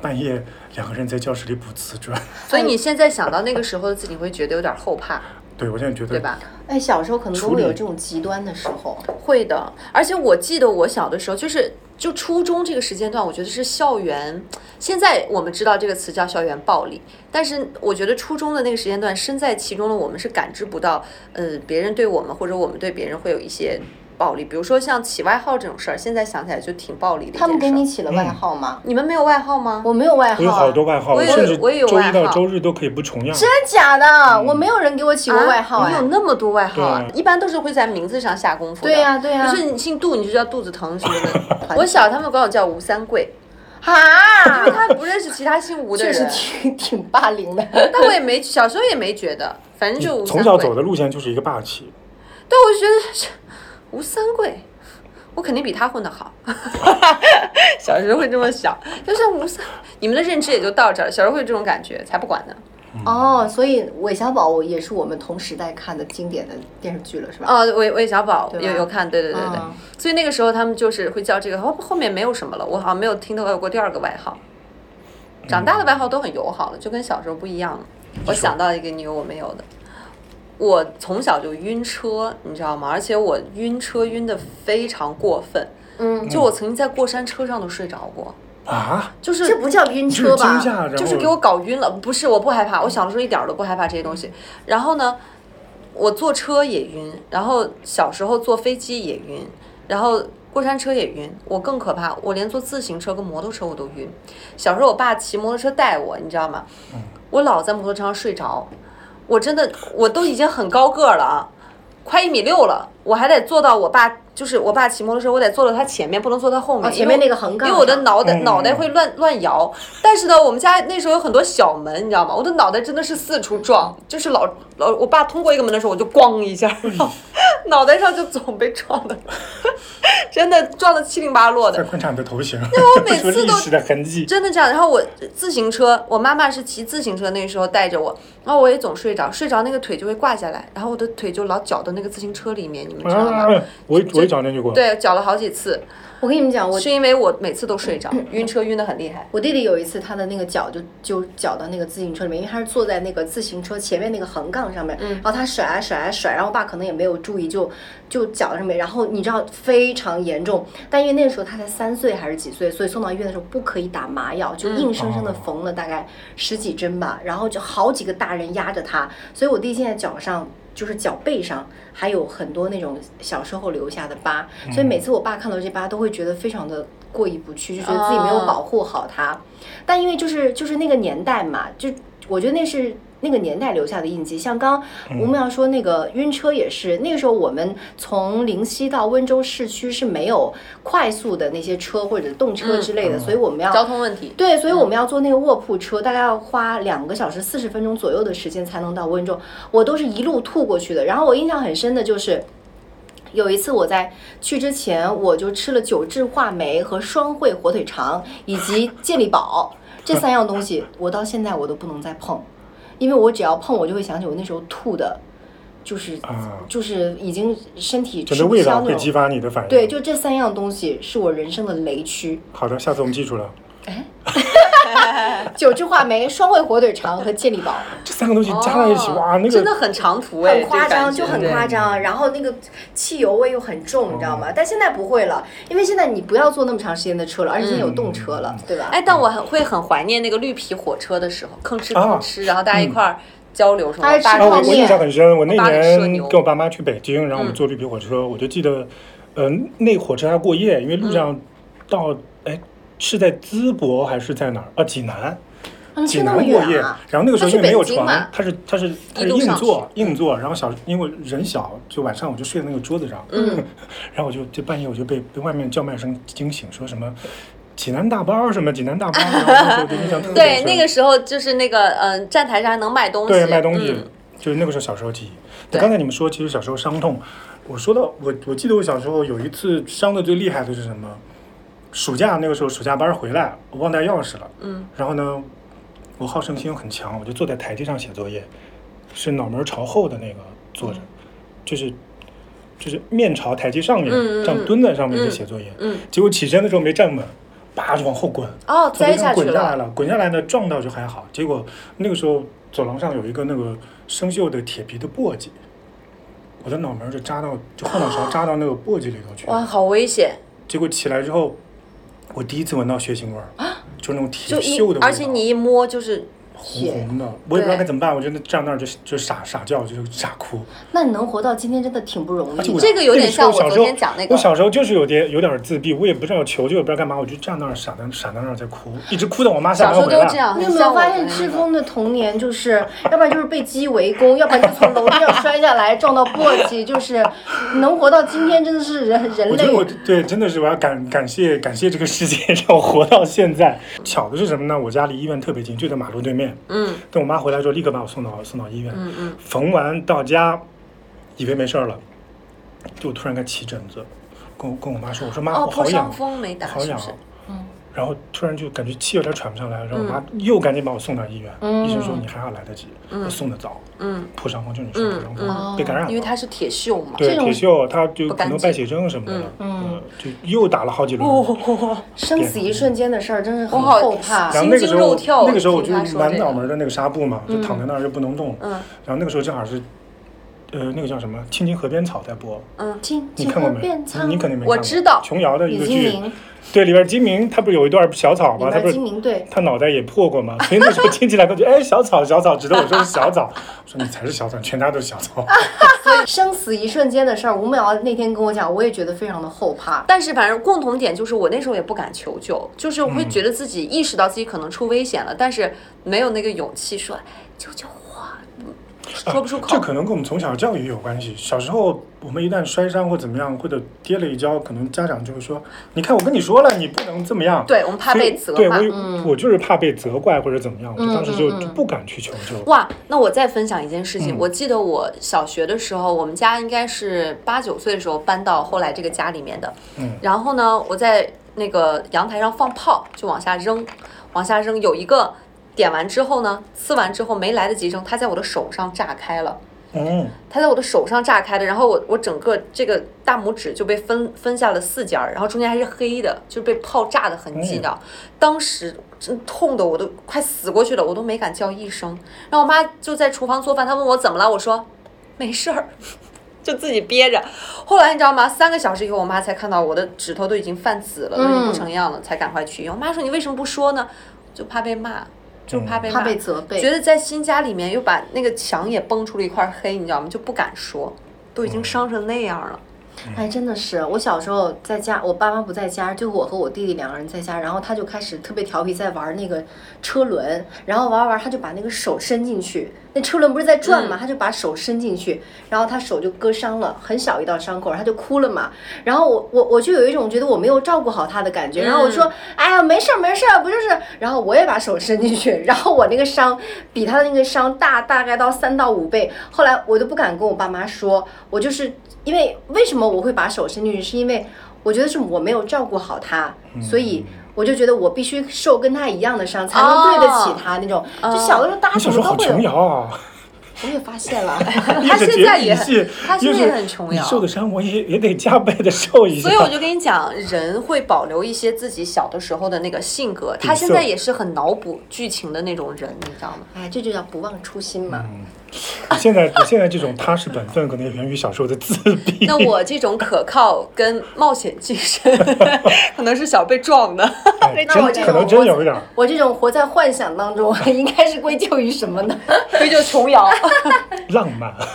Speaker 1: 半夜两个人在教室里补瓷砖。
Speaker 2: 所以你现在想到那个时候的自己，会觉得有点后怕，
Speaker 1: 对我现在觉得
Speaker 2: 对吧？
Speaker 4: 哎，小时候可能都
Speaker 1: 处
Speaker 4: 会
Speaker 1: 理
Speaker 4: 有这种极端的时候。
Speaker 2: 会的，而且我记得我小的时候，就是就初中这个时间段，我觉得是校园。现在我们知道这个词叫校园暴力，但是我觉得初中的那个时间段，身在其中的我们是感知不到，呃，别人对我们或者我们对别人会有一些暴力，比如说像起外号这种事儿，现在想起来就挺暴力的一件事儿。
Speaker 4: 他们给你起了外号吗？
Speaker 2: 你们没有外号吗？
Speaker 4: 我没有外
Speaker 1: 我有
Speaker 4: 号
Speaker 1: 好
Speaker 4: 啊，
Speaker 1: 多外号，
Speaker 2: 我也
Speaker 1: 甚至
Speaker 2: 我也有
Speaker 1: 周一
Speaker 2: 外
Speaker 1: 到
Speaker 2: 号
Speaker 1: 周日都可以不重样。
Speaker 4: 真假的？我没有人给我起过外号
Speaker 2: 啊，你
Speaker 4: 哎
Speaker 2: 有。那么多外号啊？
Speaker 1: 对
Speaker 2: 一般都是会在名字上下功夫的。
Speaker 4: 对呀对呀
Speaker 2: 就是你姓杜，你就叫肚子疼什么的。我小他们管我叫吴三桂， 因为
Speaker 4: 哈，
Speaker 2: 他不认识其他姓吴的
Speaker 4: 确
Speaker 2: 人
Speaker 4: 实。挺挺霸凌的。
Speaker 2: 但我也没小时候也没觉得，反正就吴
Speaker 1: 你
Speaker 2: 三
Speaker 1: 从
Speaker 2: 桂。
Speaker 1: 小走的路线就是一个霸气，
Speaker 2: 对，我就觉得是吴三桂，我肯定比他混得好。 小时候会这么想，就是吴三，你们的认知也就到这儿。小时候会有这种感觉，才不管呢。
Speaker 4: 哦，所以韦小宝也是我们同时代看的经典的电视剧了，是吧？
Speaker 2: 哦，韦韦小宝
Speaker 4: 啊对吧
Speaker 2: 有有看，对对对对。
Speaker 4: 嗯
Speaker 2: 所以那个时候他们就是会叫这个，哦后后面没有什么了，我好像没有听到有过第二个外号。长大的外号都很友好了，就跟小时候不一样了。我想到一个你有我没有的，我从小就晕车，你知道吗？而且我晕车晕的非常过分，
Speaker 4: 嗯，
Speaker 2: 就我曾经在过山车上都睡着过，
Speaker 1: 啊！
Speaker 2: 就是
Speaker 4: 这不叫晕
Speaker 1: 你
Speaker 4: 车
Speaker 1: 是惊
Speaker 4: 吧？
Speaker 1: 吓，然后
Speaker 2: 就是给我搞晕了。不是，我不害怕，我小的时候一点儿都不害怕这些东西。然后呢，我坐车也晕，然后小时候坐飞机也晕，然后过山车也晕。我更可怕，我连坐自行车跟摩托车我都晕。小时候我爸骑摩托车带我，你知道吗？
Speaker 1: 嗯
Speaker 2: 我老在摩托车上睡着，我真的我都已经很高个儿了啊，快一米六了，我还得坐到我爸，就是我爸骑摩托车，我得坐到他前面，不能坐他后面。
Speaker 4: 哦，前
Speaker 2: 因为
Speaker 4: 面那个横杠
Speaker 2: 因
Speaker 4: 上，
Speaker 2: 为我的脑袋
Speaker 1: 嗯
Speaker 2: 脑袋会乱乱摇，但是呢，我们家那时候有很多小门，你知道吗？我的脑袋真的是四处撞，就是老老我爸通过一个门的时候，我就咣一 下，然后脑袋上就总被撞的， 真的撞的七零八落
Speaker 1: 在
Speaker 2: 的，
Speaker 1: 观察你的头型，
Speaker 2: 我每
Speaker 1: 说
Speaker 2: 次
Speaker 1: 历
Speaker 2: 都
Speaker 1: 史的痕迹。
Speaker 2: 真的这样。然后我自行车，我妈妈是骑自行车，那时候带着我，然后我也总睡着，睡着那个腿就会挂下来，然后我的腿就老绞到那个自行车里面，你们知道吗？
Speaker 1: 啊！我也我也讲进去过，
Speaker 2: 对，绞了好几次，
Speaker 4: 我跟你们讲，我
Speaker 2: 是因为我每次都睡着，晕车晕的很厉害。
Speaker 4: 我弟弟有一次，他的那个脚就就绞到那个自行车里面，因为他是坐在那个自行车前面那个横杠上面，然后他甩啊甩啊甩，然后我爸可能也没有注意，就就绞到上面，然后你知道非非常严重。但因为那时候他才三岁还是几岁，所以送到医院的时候不可以打麻药，就硬生生的
Speaker 1: 哦
Speaker 4: 缝了大概十几针吧，然后就好几个大人压着他，所以我弟现在脚上。就是脚背上还有很多那种小时候留下的疤，所以每次我爸看到这疤都会觉得非常的过意不去，就觉得自己没有
Speaker 2: 哦
Speaker 4: 保护好它。但因为就是就是那个年代嘛，就我觉得那是那个年代留下的印记。像刚吴淼说那个晕车也是，那个时候我们从灵溪到温州市区是没有快速的那些车或者动车之类的，所以我们要
Speaker 2: 交通问题。
Speaker 4: 对，所以我们要坐那个卧铺车，大概要花两个小时四十分钟左右的时间才能到温州。我都是一路吐过去的。然后我印象很深的就是。有一次我在去之前，我就吃了九制话梅和双汇火腿肠以及健力 宝这三样东西，我到现在我都不能再碰，因为我只要碰我就会想起我那时候吐的，就是、
Speaker 1: 啊
Speaker 4: 就是已经身体
Speaker 1: 整
Speaker 4: 吃
Speaker 1: 个
Speaker 4: 不
Speaker 1: 味
Speaker 4: 消
Speaker 1: 道
Speaker 4: 那
Speaker 1: 会激
Speaker 4: 种。
Speaker 1: 发你的反应。
Speaker 4: 对，就这三样东西是我人生的雷区。
Speaker 1: 好的，下次我们记住了。
Speaker 4: 九制话梅、双汇火腿肠和健力宝，
Speaker 1: 这三个东西加在一起，
Speaker 2: 哦
Speaker 1: 哇，那
Speaker 2: 真的
Speaker 1: 个
Speaker 2: 很长途哎，
Speaker 3: 很夸张，
Speaker 2: 这
Speaker 3: 就
Speaker 2: 个感
Speaker 3: 很
Speaker 2: 觉嗯
Speaker 3: 夸张，然后那个汽油味又很重，你知道吗？但现在不会了，
Speaker 4: 因为现在你不要坐那么长时间的
Speaker 2: 嗯
Speaker 4: 车了，而且现在有动车了，对吧？
Speaker 2: 哎，但我很会很怀念那个绿皮火车的时候，吭哧
Speaker 1: 啊
Speaker 2: 吭哧，然后大家一块儿交流什么
Speaker 4: 哎
Speaker 2: 八
Speaker 4: 吃
Speaker 1: 啊，我
Speaker 4: 泡
Speaker 2: 块
Speaker 1: 我
Speaker 4: 面
Speaker 1: 印
Speaker 2: 钱
Speaker 1: 象很深。我那
Speaker 2: 我爸很社
Speaker 1: 年
Speaker 2: 牛嗯
Speaker 1: 跟我爸妈去北京，然后我们坐绿皮火车，我就记得，呃，那火车还过夜，因为
Speaker 2: 嗯
Speaker 1: 路上到哎是在淄博还是在哪儿啊？济南，
Speaker 4: 嗯，
Speaker 1: 济
Speaker 4: 去那
Speaker 1: 南
Speaker 4: 么
Speaker 1: 过
Speaker 4: 远
Speaker 1: 夜
Speaker 4: 啊？。
Speaker 1: 然后那个时候
Speaker 2: 他去
Speaker 1: 因为没有
Speaker 2: 北京嘛
Speaker 1: 床，他是他是他
Speaker 2: 一
Speaker 1: 是
Speaker 2: 路
Speaker 1: 硬
Speaker 2: 上
Speaker 1: 坐硬坐，然后小因为人小，就晚上我就睡在那个桌子上，
Speaker 2: 嗯，
Speaker 1: 然后我就就半夜我就被被外面叫卖声惊醒，说什么济南大包什么济南大包，然后那时候就印象特别
Speaker 2: 对，
Speaker 1: 深。
Speaker 2: 那个时候就是那个嗯、站台上还能卖东西，
Speaker 1: 对，卖东西，
Speaker 2: 嗯
Speaker 1: 就是那个时候小时候记忆。但
Speaker 2: 对
Speaker 1: 刚才你们说，其实小时候伤痛，我说到我，我记得我小时候有一次伤的最厉害的是什么？暑假那个时候，暑假班回来，我忘带钥匙了。
Speaker 2: 嗯。
Speaker 1: 然后呢，我好胜心很强，我就坐在台阶上写作业，是脑门朝后的那个坐着，
Speaker 2: 嗯
Speaker 1: 就是就是面朝台阶上面，
Speaker 2: 嗯嗯嗯
Speaker 1: 这样蹲在上面
Speaker 2: 嗯
Speaker 1: 在写作业。
Speaker 2: 嗯
Speaker 1: 结果起身的时候没站稳，叭就往后滚，
Speaker 2: 哦，
Speaker 1: 从楼
Speaker 2: 栽
Speaker 1: 上
Speaker 2: 下去
Speaker 1: 滚下来
Speaker 2: 了，
Speaker 1: 了，滚下来呢撞到就还好，结果那个时候走廊上有一个那个生锈的铁皮的簸箕，我的脑门儿就扎到，就后脑勺扎到那个簸箕里头去
Speaker 2: 哇，
Speaker 1: 了。
Speaker 2: 好危险！
Speaker 1: 结果起来之后，我第一次闻到血腥味儿，就那种铁
Speaker 2: 啊就一
Speaker 1: 锈的味道，
Speaker 2: 而且你一摸就是
Speaker 1: 红红的，我也不知道该怎么办，我真的站那儿就就傻傻叫，就是傻哭。
Speaker 4: 那你能活到今天真的挺不容易
Speaker 1: 而且我
Speaker 2: 嗯
Speaker 4: 的。
Speaker 2: 这个有点
Speaker 1: 那时候
Speaker 2: 像我
Speaker 1: 小时
Speaker 2: 昨
Speaker 1: 候
Speaker 2: 天讲那个
Speaker 1: 我小时候就是有点有点自闭，我也不知道求救，也不知道干嘛，我就站那儿傻在傻在那儿在哭，一直哭到我妈下
Speaker 2: 小时
Speaker 1: 班
Speaker 2: 候
Speaker 1: 回
Speaker 2: 都
Speaker 1: 来
Speaker 2: 这。样，
Speaker 4: 你有
Speaker 2: 很
Speaker 4: 没
Speaker 2: 像
Speaker 4: 有
Speaker 2: 我
Speaker 4: 发
Speaker 2: 的
Speaker 4: 现
Speaker 2: 那
Speaker 4: 志
Speaker 2: 个
Speaker 4: 峰的童年就是，要不然就是被鸡围攻， 要不然就从楼梯上摔下来撞到簸箕， 就是能活到今天真的是人人
Speaker 1: 我觉得我
Speaker 4: 类。
Speaker 1: 对真的是我要感感谢感谢这个世界 让我活到现在。巧的是什么呢？我家离医院特别近，就在马路对面。
Speaker 2: 嗯
Speaker 1: 等我妈回来之后，立刻把我送到送到医院。
Speaker 2: 嗯嗯，
Speaker 1: 缝完到家，以为没事儿了，就突然开始起疹子，跟我跟我妈说，我说妈，
Speaker 2: 哦，
Speaker 1: 我
Speaker 2: 破
Speaker 1: 啊好
Speaker 2: 伤
Speaker 1: 痒，
Speaker 2: 风没打
Speaker 1: 好
Speaker 2: 是
Speaker 1: 痒啊
Speaker 2: 不是？。嗯
Speaker 1: 然后突然就感觉气有点喘不上来，然后我妈又赶紧把我送到医院。
Speaker 4: 嗯
Speaker 1: 医生说你还好来得及，我送的早，
Speaker 2: 嗯，
Speaker 1: 破伤风就是你说的破伤
Speaker 4: 嗯
Speaker 1: 风
Speaker 4: 嗯
Speaker 1: 被感染了，
Speaker 2: 因为它是铁锈嘛。
Speaker 1: 对
Speaker 4: 这种
Speaker 1: 铁锈，他就
Speaker 2: 不
Speaker 1: 可
Speaker 2: 干
Speaker 1: 能
Speaker 2: 净
Speaker 1: 败血症什么的了，
Speaker 4: 嗯
Speaker 1: 呃，就又打了好几轮。
Speaker 2: 哦，
Speaker 4: 生死一瞬间的事儿，真是很
Speaker 2: 我好
Speaker 4: 后怕。
Speaker 1: 然后那个
Speaker 2: 心惊
Speaker 1: 时
Speaker 2: 肉
Speaker 1: 候
Speaker 2: 跳，
Speaker 1: 那个时候我就
Speaker 2: 听他说
Speaker 1: 满
Speaker 2: 这
Speaker 1: 脑
Speaker 2: 个
Speaker 1: 门的那个纱布嘛，就躺在那儿就不能动。
Speaker 2: 嗯
Speaker 1: 然后那个时候正好是，呃，那个叫什么《青青河边草》在播，
Speaker 2: 嗯，
Speaker 4: 静
Speaker 1: 你
Speaker 4: 静
Speaker 1: 看过
Speaker 4: 河
Speaker 1: 没？
Speaker 4: 变
Speaker 1: 你
Speaker 4: 苍，
Speaker 1: 你肯定没看
Speaker 2: 我
Speaker 1: 过。
Speaker 2: 知道
Speaker 1: 琼瑶的一
Speaker 4: 李
Speaker 1: 个
Speaker 4: 金
Speaker 1: 剧，
Speaker 4: 铭
Speaker 1: 对，里边金明他不是有一段小草
Speaker 4: 里
Speaker 1: 吗？他不
Speaker 4: 边
Speaker 1: 是
Speaker 4: 金铭对，
Speaker 1: 他脑袋也破过嘛，所以那时候听起来都觉得哎小草小草，指着我说是小草，我说你才是小草，全家都是小草。
Speaker 4: 所以生死一瞬间的事儿，吴淼那天跟我讲，我也觉得非常的后怕。
Speaker 2: 但是反正共同点就是我那时候也不敢求救，就是我会
Speaker 1: 嗯
Speaker 2: 觉得自己意识到自己可能出危险了，但是没有那个勇气说哎救救我，嗯说不出口。
Speaker 1: 这可能跟我们从小教育有关系。小时候我们一旦摔伤或怎么样，或者跌了一跤，可能家长就会说：“你看，我跟你说了，你不能这么样。”
Speaker 2: 对我们怕
Speaker 1: 所以
Speaker 2: 被责
Speaker 1: 对
Speaker 2: 骂嗯
Speaker 1: 我。有、我就是怕被责怪或者怎么样，我就当时就、
Speaker 4: 嗯嗯嗯
Speaker 1: 就不敢去求救。
Speaker 2: 哇，那我再分享一件事情。
Speaker 1: 嗯
Speaker 2: 我记得我小学的时候，我们家应该是八九岁的时候搬到后来这个家里面的。
Speaker 1: 嗯
Speaker 2: 然后呢，我在那个阳台上放炮，就往下扔，往下扔。有一个点完之后呢，呲完之后没来得及扔，它在我的手上炸开了。
Speaker 1: 嗯，
Speaker 2: 它在我的手上炸开的，然后我我整个这个大拇指就被分分下了四截儿，然后中间还是黑的，就是被炮炸的痕迹的。当时真痛的我都快死过去了，我都没敢叫一声。然后我妈就在厨房做饭，她问我怎么了，我说没事儿， 就自己憋着。后来你知道吗？三个小时以后，我妈才看到我的指头都已经泛紫了，都已经不成样了，才赶快去医院。我妈说：“你为什么不说呢？”就怕被骂，
Speaker 1: 嗯
Speaker 2: 就怕被骂。
Speaker 4: 怕被责备，
Speaker 2: 觉得在新家里面又把那个墙也崩出了一块黑，你知道吗？就不敢说，都已经伤成那样了。
Speaker 4: 哎，真的是，我小时候在家，我爸妈不在家，就我和我弟弟两个人在家，然后他就开始特别调皮，在玩那个车轮，然后玩玩玩，他就把那个手伸进去，那车轮不是在转嘛，他就把手伸进去，然后他手就割伤了，很小一道伤口，他就哭了嘛，然后我我我就有一种觉得我没有照顾好他的感觉，然后我说，哎呀，没事儿没事儿，不就是，然后我也把手伸进去，然后我那个伤比他的那个伤大大概到三到五倍，后来我都不敢跟我爸妈说，我就是。因为为什么我会把手伸进去，是因为我觉得是我没有照顾好他，
Speaker 1: 嗯
Speaker 4: 所以我就觉得我必须受跟他一样的伤，才能对得起他那种。就小的时候，大家
Speaker 1: 你小
Speaker 4: 什
Speaker 1: 时
Speaker 4: 么
Speaker 1: 候好
Speaker 4: 都会
Speaker 1: 琼
Speaker 4: 有，
Speaker 1: 瑶啊，
Speaker 4: 我也发现了。
Speaker 2: 他
Speaker 1: 越是
Speaker 2: 现在
Speaker 1: 洁
Speaker 2: 也
Speaker 1: 癖越
Speaker 2: 他现在
Speaker 1: 是
Speaker 2: 也很琼瑶
Speaker 1: 你受的伤我也也得加倍的受一下。
Speaker 2: 所以我就跟你讲，人会保留一些自己小的时候的那个性格。他现在也是很脑补剧情的那种人，你知道吗？
Speaker 4: 哎，这就叫不忘初心嘛。
Speaker 1: 嗯你现在你现在这种踏实本分，可能也源于小时候的自 闭。
Speaker 2: 那我这种可靠跟冒险精神， 可能是小被撞 的。
Speaker 1: 哎
Speaker 4: 那我这
Speaker 1: 真可能
Speaker 4: 种
Speaker 1: 真
Speaker 4: 活
Speaker 1: 有一点儿。
Speaker 4: 我这种活在幻想当中， 应该是归咎于什么呢？
Speaker 2: 所以就琼瑶。
Speaker 1: 浪漫，啊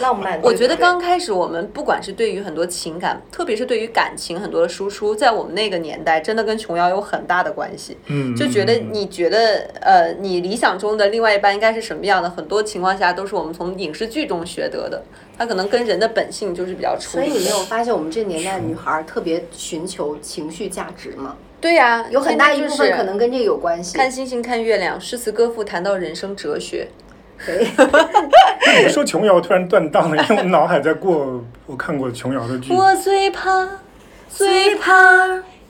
Speaker 3: 浪漫。
Speaker 2: 我
Speaker 3: 对
Speaker 2: 觉得
Speaker 3: 对
Speaker 2: 刚开始我们不管是对于很多情感，特别是对于感情很多的输出，在我们那个年代，真的跟琼瑶有很大的关系。
Speaker 1: 嗯，
Speaker 2: 就觉得你觉得呃，你理想中的另外一半应该是什么样的？很多情况下都是我们从影视剧中学得的，它可能跟人的本性就是比较出
Speaker 4: 所以
Speaker 2: 离
Speaker 4: 你没
Speaker 2: 的。
Speaker 4: 有发现我们这年代女孩儿特别寻求情绪价值吗？
Speaker 2: 对呀、
Speaker 4: 有很大
Speaker 2: 现
Speaker 4: 一
Speaker 2: 在
Speaker 4: 部
Speaker 2: 就是
Speaker 4: 分可能跟这有关系。
Speaker 2: 看星星看月亮，诗词歌赋谈到人生哲学，
Speaker 4: 对
Speaker 1: 你 说琼瑶，我突然断档了，因为我脑海在过我看过琼瑶的剧。
Speaker 2: 我最怕最怕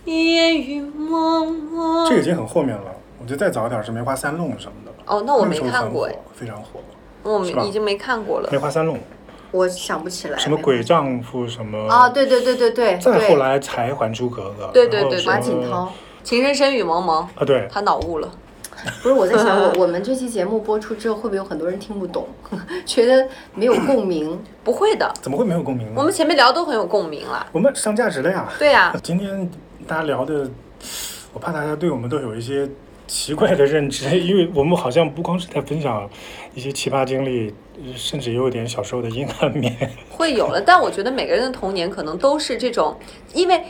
Speaker 2: 烟雨蒙蒙
Speaker 1: 这。个已经很后面了，我觉得再早一点是《梅花三弄》什么的。
Speaker 2: 哦，那我没
Speaker 1: 时候
Speaker 2: 看
Speaker 1: 很
Speaker 2: 过
Speaker 1: 火
Speaker 2: 哎，
Speaker 1: 非常火。
Speaker 2: 我
Speaker 1: 是吧
Speaker 2: 们已经没看过了
Speaker 1: 梅。花三弄，
Speaker 4: 我想不起来
Speaker 1: 什么
Speaker 4: 没
Speaker 1: 鬼丈夫什么
Speaker 4: 啊，对对对对对，
Speaker 1: 再
Speaker 4: 对
Speaker 1: 后来才《还珠格格》，
Speaker 2: 哦对对
Speaker 1: 然后
Speaker 2: 对
Speaker 1: 什么
Speaker 4: 马景涛。
Speaker 2: 情深深雨蒙蒙，
Speaker 1: 啊，对，
Speaker 2: 他脑雾了。
Speaker 4: 不是我在想，我我 们这期节目播出之后，会不会有很多人听不懂， 觉得没有共鸣？
Speaker 2: 不会的，
Speaker 1: 怎么会没有共鸣呢？
Speaker 2: 我们前面聊都很有共鸣啦。
Speaker 1: 我们上价值了呀。
Speaker 2: 对啊呀、
Speaker 1: 今天大家聊的，我怕大家对我们都有一些奇怪的认知，因为我们好像不光是在分享一些奇葩经历，呃甚至也有点小时候的阴暗面。
Speaker 2: 会有了，但我觉得每个人的童年可能都是这种，因为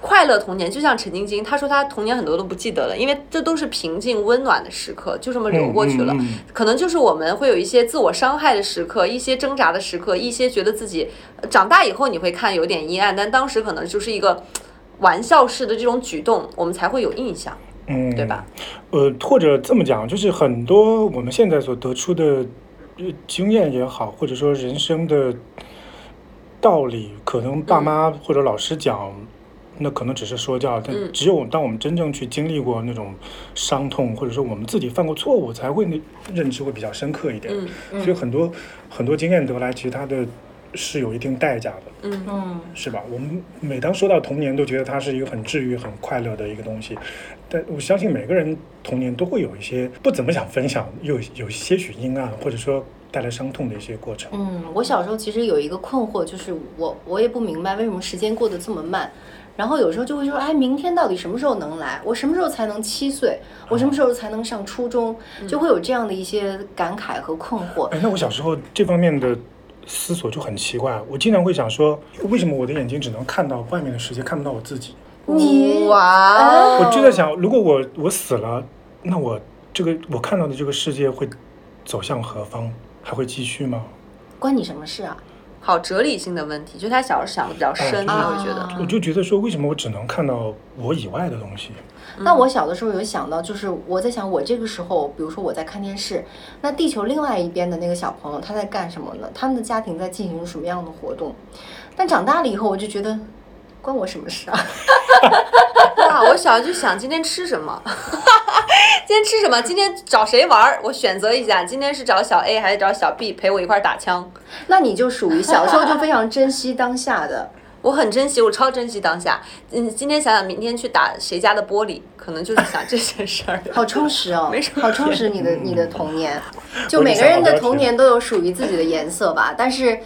Speaker 2: 快乐童年，就像陈晶晶，她说她童年很多都不记得了，因为这都是平静温暖的时刻，就这么流过去了。
Speaker 1: 嗯嗯嗯
Speaker 2: 可能就是我们会有一些自我伤害的时刻，一些挣扎的时刻，一些觉得自己呃长大以后你会看有点阴暗，但当时可能就是一个玩笑式的这种举动，我们才会有印象，
Speaker 1: 嗯，
Speaker 2: 对吧？？
Speaker 1: 呃，或者这么讲，就是很多我们现在所得出的呃经验也好，或者说人生的道理，可能爸妈或者老师讲，那可能只是说教，但
Speaker 2: 嗯
Speaker 1: 只有当我们真正去经历过那种伤痛，或者说我们自己犯过错误，才会那认知会比较深刻一点。
Speaker 2: 嗯
Speaker 1: 所以很多很多经验得来，其实它的是有一定代价的。
Speaker 2: 嗯。
Speaker 4: 嗯，
Speaker 1: 是吧？我们每当说到童年，都觉得它是一个很治愈、很快乐的一个东西。但我相信每个人童年都会有一些不怎么想分享，又有些许阴暗，或者说带来伤痛的一些过程。
Speaker 4: 嗯，我小时候其实有一个困惑，就是我我也不明白为什么时间过得这么慢，然后有时候就会说，哎，明天到底什么时候能来？我什么时候才能七岁？我什么时候才能上初中？就会有这样的一些感慨和困惑。
Speaker 1: 哎，那我小时候这方面的思索就很奇怪，我经常会想说，为什么我的眼睛只能看到外面的世界，看不到我自己？
Speaker 4: 你
Speaker 2: 哇
Speaker 4: 哎
Speaker 2: 哦，
Speaker 1: 我就在想，如果我我死了，那我这个我看到的这个世界会走向何方？还会继续吗？
Speaker 4: 关你什么事啊？
Speaker 2: 好哲理性的问题，就他小时候想的比较深，
Speaker 1: 哎
Speaker 2: 他会觉得
Speaker 4: 啊
Speaker 1: 我就觉得说，为什么我只能看到我以外的东西？
Speaker 4: 那我小的时候有想到，就是我在想，我这个时候，比如说我在看电视，那地球另外一边的那个小朋友他在干什么呢？他们的家庭在进行什么样的活动？但长大了以后，我就觉得关我什么事啊？
Speaker 2: 哇，我小时候就想今天吃什么， 今天吃什么，今天找谁玩儿，我选择一下，今天是找小 A 还是找小 B 陪我一块儿打枪。
Speaker 4: 那你就属于小时候就非常珍惜当下的，
Speaker 2: 我很珍惜，我超珍惜当下。嗯，今天想想明天去打谁家的玻璃，可能就是想这些事儿。
Speaker 4: 好充实哦
Speaker 2: 没什，么
Speaker 4: 好充实你的你的童年。就每个
Speaker 1: 我也想
Speaker 4: 人
Speaker 1: 好
Speaker 4: 的
Speaker 1: 了解
Speaker 4: 童年都有属于自己的颜色吧，但是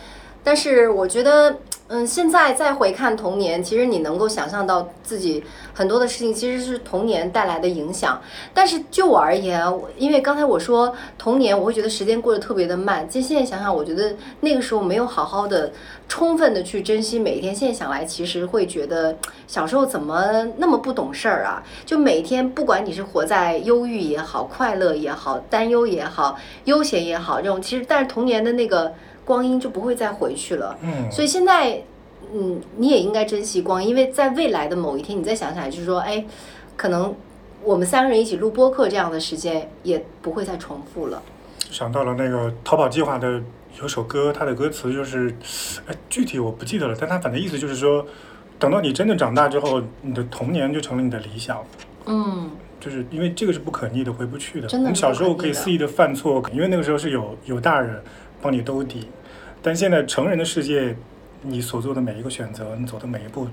Speaker 4: 但是我觉得，嗯，现在再回看童年，其实你能够想象到自己很多的事情其实是童年带来的影响。但是就我而言，我因为刚才我说童年，我会觉得时间过得特别的慢。其实现在想想，我觉得那个时候没有好好的、充分的去珍惜每一天。现在想来，其实会觉得小时候怎么那么不懂事儿啊？就每天，不管你是活在忧郁也好、快乐也好、担忧也好、悠闲也好，这种其实，但是童年的那个。光阴就不会再回去了，
Speaker 1: 嗯，
Speaker 4: 所以现在，嗯，你也应该珍惜光阴，因为在未来的某一天，你再想起来，就是说，哎，可能我们三个人一起录播客这样的时间也不会再重复了。
Speaker 1: 想到了那个淘宝计划的有首歌，它的歌词就是，哎，具体我不记得了，但它反正意思就是说，等到你真的长大之后，你的童年就成了你的理想，
Speaker 4: 嗯，
Speaker 1: 就是因为这个是不可逆的，回不去的。
Speaker 4: 真的
Speaker 1: 你
Speaker 4: 是
Speaker 1: 小
Speaker 4: 不
Speaker 1: 时
Speaker 4: 可
Speaker 1: 候
Speaker 4: 逆
Speaker 1: 可以
Speaker 4: 的
Speaker 1: 肆意的犯错，因为那个时候是有有大人帮你兜底，但现在成人的世界，你所做的每一个选择，你走的每一步，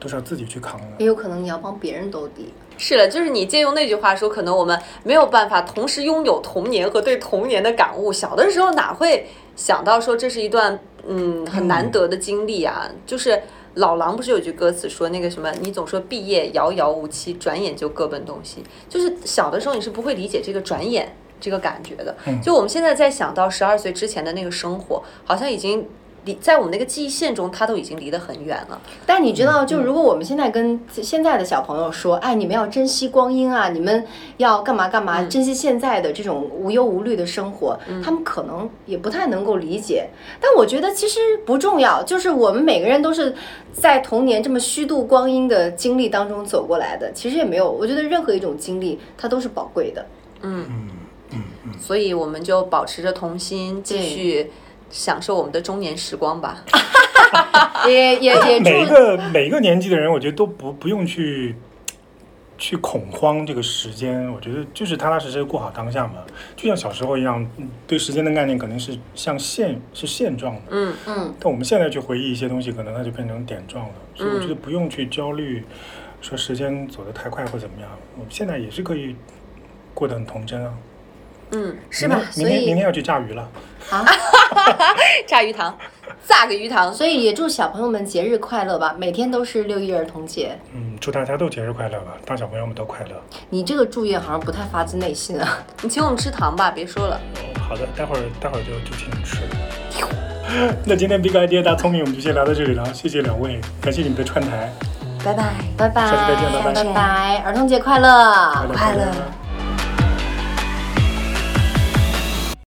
Speaker 1: 都是要自己去扛的。
Speaker 4: 也有可能你要帮别人兜底。
Speaker 2: 是的，就是你借用那句话说，可能我们没有办法同时拥有童年和对童年的感悟。小的时候哪会想到说这是一段嗯很难得的经历啊？就是老狼不是有句歌词说那个什么，你总说毕业遥遥无期，转眼就各奔东西。就是小的时候你是不会理解这个转眼这个感觉的。
Speaker 1: 嗯
Speaker 2: 就我们现在在想到十二岁之前的那个生活，好像已经离在我们那个记忆线中，它都已经离得很远了。
Speaker 4: 但你知道，就如果我们现在跟现在的小朋友说，哎，你们要珍惜光阴啊，你们要干嘛干
Speaker 1: 嗯
Speaker 4: 嘛，珍惜现在的这种无忧无虑的生活，他们可能也不太能够理解。但我觉得其实不重要，就是我们每个人都是在童年这么虚度光阴的经历当中走过来的，其实也没有，我觉得任何一种经历它都是宝 贵的。
Speaker 2: 所以我们就保持着童心，继
Speaker 4: 对
Speaker 2: 续享受我们的中年时光吧。
Speaker 4: 也也也祝
Speaker 1: 每一个每一个年纪的人，我觉得都不不用去去恐慌这个时间，我觉得就是踏踏实实过好当下嘛。就像小时候一样，嗯对时间的概念可能是像现是现状的，
Speaker 2: 嗯，
Speaker 4: 嗯，
Speaker 1: 但我们现在去回忆一些东西，可能它就变成点状了。所以我觉
Speaker 4: 嗯
Speaker 1: 得不用去焦虑，说时间走得太快或怎么样，我们现在也是可以过得很童真啊。
Speaker 2: 嗯
Speaker 4: 是吧？
Speaker 1: 明
Speaker 4: 所
Speaker 1: 天明天明
Speaker 4: 以
Speaker 1: 天要去炸鱼了，
Speaker 4: 啊。
Speaker 2: 炸鱼塘，炸个鱼塘。
Speaker 4: 所以也祝小朋友们节日快乐吧，每天都是六一儿童节。
Speaker 1: 嗯，祝大家都节日快乐吧，大小朋友们都快乐。
Speaker 4: 你这个祝愿好像不太发自内心啊。
Speaker 2: 你请我们吃糖吧，别说了。
Speaker 1: 好的，待会儿待会儿就就请你吃。 那今天 Big Idea 大聪明我们就先聊到这里了，谢谢两位，感谢你们的串台，
Speaker 4: 拜拜，拜拜，
Speaker 1: 下次再见拜拜
Speaker 4: 拜拜，儿童节快乐，
Speaker 1: 快乐快乐。